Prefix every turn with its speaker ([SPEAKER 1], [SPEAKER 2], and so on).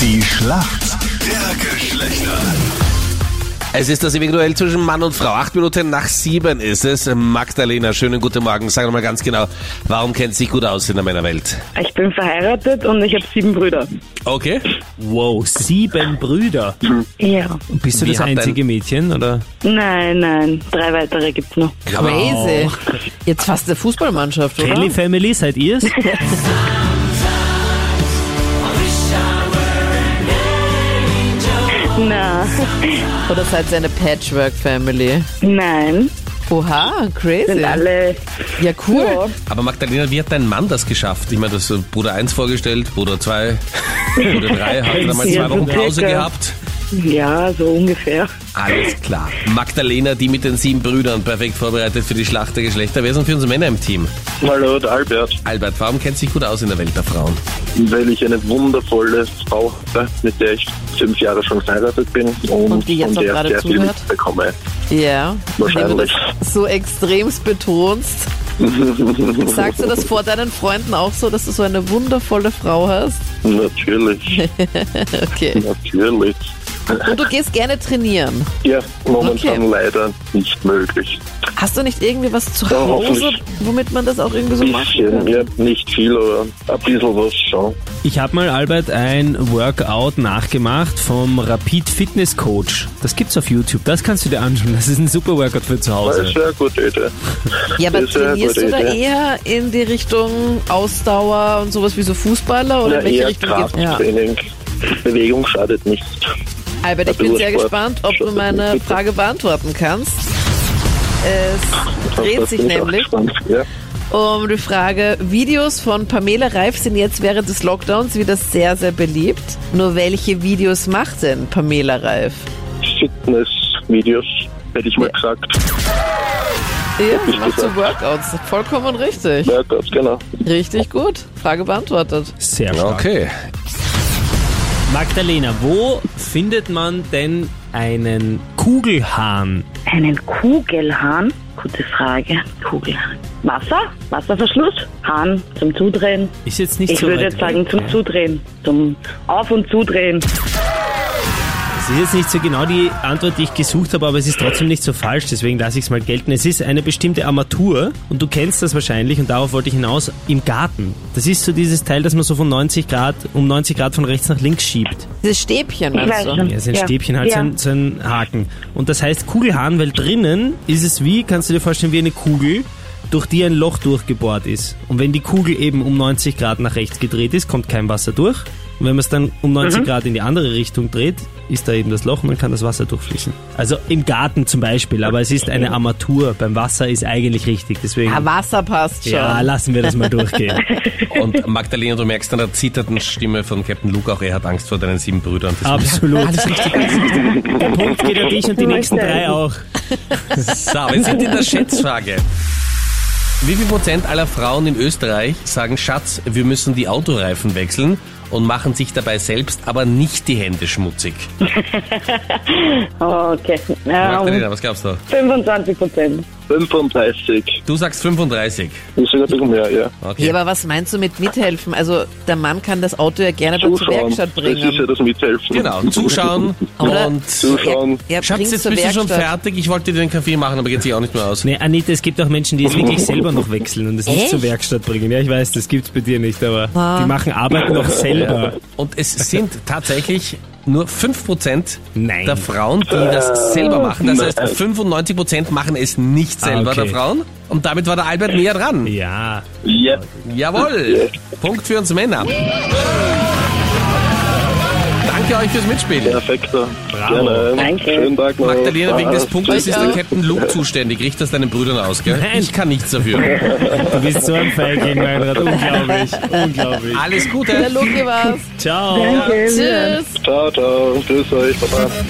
[SPEAKER 1] Die Schlacht der Geschlechter.
[SPEAKER 2] Es ist das individuell zwischen Mann und Frau. Acht Minuten nach sieben ist es. Magdalena, schönen guten Morgen. Sag mal ganz genau, warum kennt sich gut aus in der Männerwelt?
[SPEAKER 3] Ich bin verheiratet und ich habe sieben Brüder.
[SPEAKER 2] Okay.
[SPEAKER 4] Wow, sieben Brüder.
[SPEAKER 3] Ja.
[SPEAKER 4] Bist du
[SPEAKER 2] Wie
[SPEAKER 4] das
[SPEAKER 2] hat dein-
[SPEAKER 4] einzige Mädchen, oder?
[SPEAKER 3] Nein, nein, drei weitere gibt's noch.
[SPEAKER 5] Crazy. Jetzt fast eine Fußballmannschaft, oder?
[SPEAKER 4] Kelly Family, seid ihr's?
[SPEAKER 3] Na,
[SPEAKER 5] Oder seid ihr eine Patchwork-Family?
[SPEAKER 3] nein,
[SPEAKER 5] Oha,
[SPEAKER 3] sind
[SPEAKER 5] crazy.
[SPEAKER 3] alle.
[SPEAKER 5] Ja,
[SPEAKER 3] Ja.
[SPEAKER 5] cool.
[SPEAKER 2] Aber Magdalena, wie hat dein Mann das geschafft? Ich meine, das ist Bruder 1 vorgestellt, Bruder 2, Bruder 3, hat er mal zwei
[SPEAKER 3] Ja, so
[SPEAKER 2] Wochen Pause
[SPEAKER 3] circa.
[SPEAKER 2] gehabt.
[SPEAKER 3] Ja, so ungefähr.
[SPEAKER 2] Alles klar. Magdalena, die mit den sieben Brüdern, perfekt vorbereitet für die Schlacht der Geschlechter. Wer sind für uns Männer im Team?
[SPEAKER 6] Hallo, der Albert,
[SPEAKER 2] Albert, warum kennt sich gut aus in der Welt der Frauen?
[SPEAKER 6] weil ich eine wundervolle Frau habe, mit der ich fünf Jahre schon verheiratet bin und,
[SPEAKER 5] Und die jetzt
[SPEAKER 6] von
[SPEAKER 5] auch
[SPEAKER 6] der
[SPEAKER 5] gerade
[SPEAKER 6] sehr viel
[SPEAKER 5] zuhört?
[SPEAKER 6] bekomme.
[SPEAKER 5] Ja. Wenn du
[SPEAKER 6] Wahrscheinlich.
[SPEAKER 5] das so extremst betonst. Sagst du das vor deinen Freunden auch so, dass du so eine wundervolle Frau hast?
[SPEAKER 6] Natürlich,
[SPEAKER 5] Okay.
[SPEAKER 6] natürlich.
[SPEAKER 5] Und du gehst gerne trainieren.
[SPEAKER 6] Ja, momentan
[SPEAKER 5] Okay.
[SPEAKER 6] leider nicht möglich.
[SPEAKER 5] Hast du nicht irgendwie was zu
[SPEAKER 6] Ja,
[SPEAKER 5] Hause,
[SPEAKER 6] hoffentlich.
[SPEAKER 5] womit man das auch irgendwie so macht?
[SPEAKER 6] Bisschen, ja, nicht viel, aber ein bisschen was schon.
[SPEAKER 4] Ich habe mal, Albert, ein Workout nachgemacht vom Rapid Fitness Coach. Das gibt's auf YouTube, das kannst du dir anschauen. Das ist ein super Workout für zu
[SPEAKER 5] Also.
[SPEAKER 6] Das
[SPEAKER 4] Hause.
[SPEAKER 6] ist eine gute Idee.
[SPEAKER 5] Ja, aber
[SPEAKER 6] Das ist eine
[SPEAKER 5] trainierst du
[SPEAKER 6] gute
[SPEAKER 5] da
[SPEAKER 6] Idee.
[SPEAKER 5] eher in die Richtung Ausdauer und sowas wie so Fußballer oder
[SPEAKER 6] Ja,
[SPEAKER 5] in welche
[SPEAKER 6] eher
[SPEAKER 5] Richtung geht's? Ja.
[SPEAKER 6] Krafttraining. Bewegung schadet nicht.
[SPEAKER 5] Albert, ich
[SPEAKER 6] Ein
[SPEAKER 5] bin
[SPEAKER 6] bisschen
[SPEAKER 5] sehr
[SPEAKER 6] Sport.
[SPEAKER 5] gespannt, ob du
[SPEAKER 6] Schaut
[SPEAKER 5] meine
[SPEAKER 6] nicht.
[SPEAKER 5] Frage beantworten kannst. Es dreht
[SPEAKER 6] Das
[SPEAKER 5] sich
[SPEAKER 6] bin ich auch
[SPEAKER 5] nämlich
[SPEAKER 6] gespannt. Ja.
[SPEAKER 5] um die Frage, Videos von Pamela Reif sind jetzt während des Lockdowns wieder sehr, sehr beliebt. Nur welche Videos macht denn Pamela Reif?
[SPEAKER 6] Fitnessvideos, hätte ich mal gesagt.
[SPEAKER 5] Ja,
[SPEAKER 6] ich
[SPEAKER 5] macht so
[SPEAKER 6] gesagt.
[SPEAKER 5] Workouts. Vollkommen richtig.
[SPEAKER 6] Ja, ganz genau.
[SPEAKER 5] Richtig gut. Frage beantwortet.
[SPEAKER 4] Sehr stark.
[SPEAKER 2] Okay.
[SPEAKER 4] Magdalena, wo findet man denn einen Kugelhahn?
[SPEAKER 3] Einen Kugelhahn? Gute Frage. Kugelhahn. Wasser? Wasserverschluss? Hahn zum Zudrehen?
[SPEAKER 4] Ist jetzt nicht
[SPEAKER 3] Ich
[SPEAKER 4] so
[SPEAKER 3] würde
[SPEAKER 4] weit
[SPEAKER 3] jetzt sagen
[SPEAKER 4] weg.
[SPEAKER 3] zum Zudrehen. Zum Auf- und Zudrehen.
[SPEAKER 4] Das ist jetzt nicht so genau die Antwort, die ich gesucht habe, aber es ist trotzdem nicht so falsch, deswegen lasse ich es mal gelten. Es ist eine bestimmte Armatur und du kennst das wahrscheinlich und darauf wollte ich hinaus, im Garten. Das ist so dieses Teil, das man so von 90 Grad, um 90 Grad von rechts nach links schiebt.
[SPEAKER 5] Dieses Stäbchen.
[SPEAKER 3] Ich weiß
[SPEAKER 5] also.
[SPEAKER 3] schon.
[SPEAKER 4] Ja, so ein
[SPEAKER 3] Ja.
[SPEAKER 4] Stäbchen, halt so,
[SPEAKER 3] Ja.
[SPEAKER 4] ein, so ein Haken. Und das heißt Kugelhahn, weil drinnen ist es wie, kannst du dir vorstellen, wie eine Kugel, durch die ein Loch durchgebohrt ist. Und wenn die Kugel eben um 90 Grad nach rechts gedreht ist, kommt kein Wasser durch. Und wenn man es dann um 90 Grad in die andere Richtung dreht, ist da eben das Loch und dann kann das Wasser durchfließen. Also im Garten zum Beispiel, aber es ist eine Armatur. Beim Wasser ist eigentlich richtig, deswegen...
[SPEAKER 5] Ah, Wasser passt schon.
[SPEAKER 4] ja, lassen wir das mal durchgehen.
[SPEAKER 2] Und Magdalena, du merkst an der zitternden Stimme von Captain Luke auch, er hat Angst vor deinen sieben Brüdern.
[SPEAKER 4] Absolut. Der Punkt geht an dich und die nächsten drei auch.
[SPEAKER 2] So, wir sind in der Schätzfrage. Wie viel Prozent aller Frauen in Österreich sagen, Schatz, wir müssen die Autoreifen wechseln und machen sich dabei selbst aber nicht die Hände schmutzig?
[SPEAKER 3] Oh, okay. Ja, um
[SPEAKER 2] Magdalena, was glaubst du?
[SPEAKER 3] 25 Prozent.
[SPEAKER 6] 35.
[SPEAKER 2] Du sagst 35.
[SPEAKER 6] Ist sogar ein bisschen mehr, ja.
[SPEAKER 5] Ja,
[SPEAKER 2] Okay.
[SPEAKER 5] aber was meinst du mit mithelfen? Also der Mann kann das Auto ja gerne dann zur
[SPEAKER 6] Zuschauen.
[SPEAKER 5] Werkstatt
[SPEAKER 6] Das ist ja
[SPEAKER 5] bringen.
[SPEAKER 6] das Mithelfen.
[SPEAKER 2] Genau, zuschauen
[SPEAKER 5] Oder?
[SPEAKER 2] und...
[SPEAKER 6] Zuschauen.
[SPEAKER 5] Er, er
[SPEAKER 2] Schatz,
[SPEAKER 5] bringt's
[SPEAKER 2] jetzt
[SPEAKER 5] zur
[SPEAKER 2] bist du schon
[SPEAKER 5] Werkstatt.
[SPEAKER 2] fertig. Ich wollte dir den Kaffee machen, aber geht sich auch nicht mehr aus.
[SPEAKER 4] Nee, Anita, es gibt auch Menschen, die es wirklich selber noch wechseln und es nicht zur Werkstatt bringen. Ja, ich weiß, das gibt's bei dir nicht, aber
[SPEAKER 5] Ah.
[SPEAKER 4] die machen Arbeit noch selber.
[SPEAKER 2] Und es sind tatsächlich nur 5%
[SPEAKER 4] Nein.
[SPEAKER 2] der Frauen, die das selber machen. Das heißt,
[SPEAKER 6] Nein.
[SPEAKER 2] 95% machen es nicht selber
[SPEAKER 4] Ah, okay.
[SPEAKER 2] der Frauen. Und damit war der Albert näher dran.
[SPEAKER 4] Ja,
[SPEAKER 6] Ja.
[SPEAKER 2] Jawohl. Punkt für uns Männer. Danke euch fürs Mitspielen.
[SPEAKER 6] Perfekter.
[SPEAKER 4] Bravo.
[SPEAKER 6] Gerne.
[SPEAKER 3] Danke.
[SPEAKER 6] Schönen Tag noch.
[SPEAKER 2] Magdalena, wegen des
[SPEAKER 6] Spaß.
[SPEAKER 2] Punktes ist der
[SPEAKER 5] auch.
[SPEAKER 2] Captain Luke zuständig. Richt das deinen Brüdern aus, gell?
[SPEAKER 4] Nein.
[SPEAKER 2] Ich kann nichts dafür.
[SPEAKER 4] du bist so ein Feigling, Meinrad. Unglaublich, unglaublich.
[SPEAKER 2] Alles Gute.
[SPEAKER 5] Der Loki war's.
[SPEAKER 4] Ciao.
[SPEAKER 3] Danke.
[SPEAKER 5] Tschüss.
[SPEAKER 6] Ciao, ciao. Grüß euch. Baba.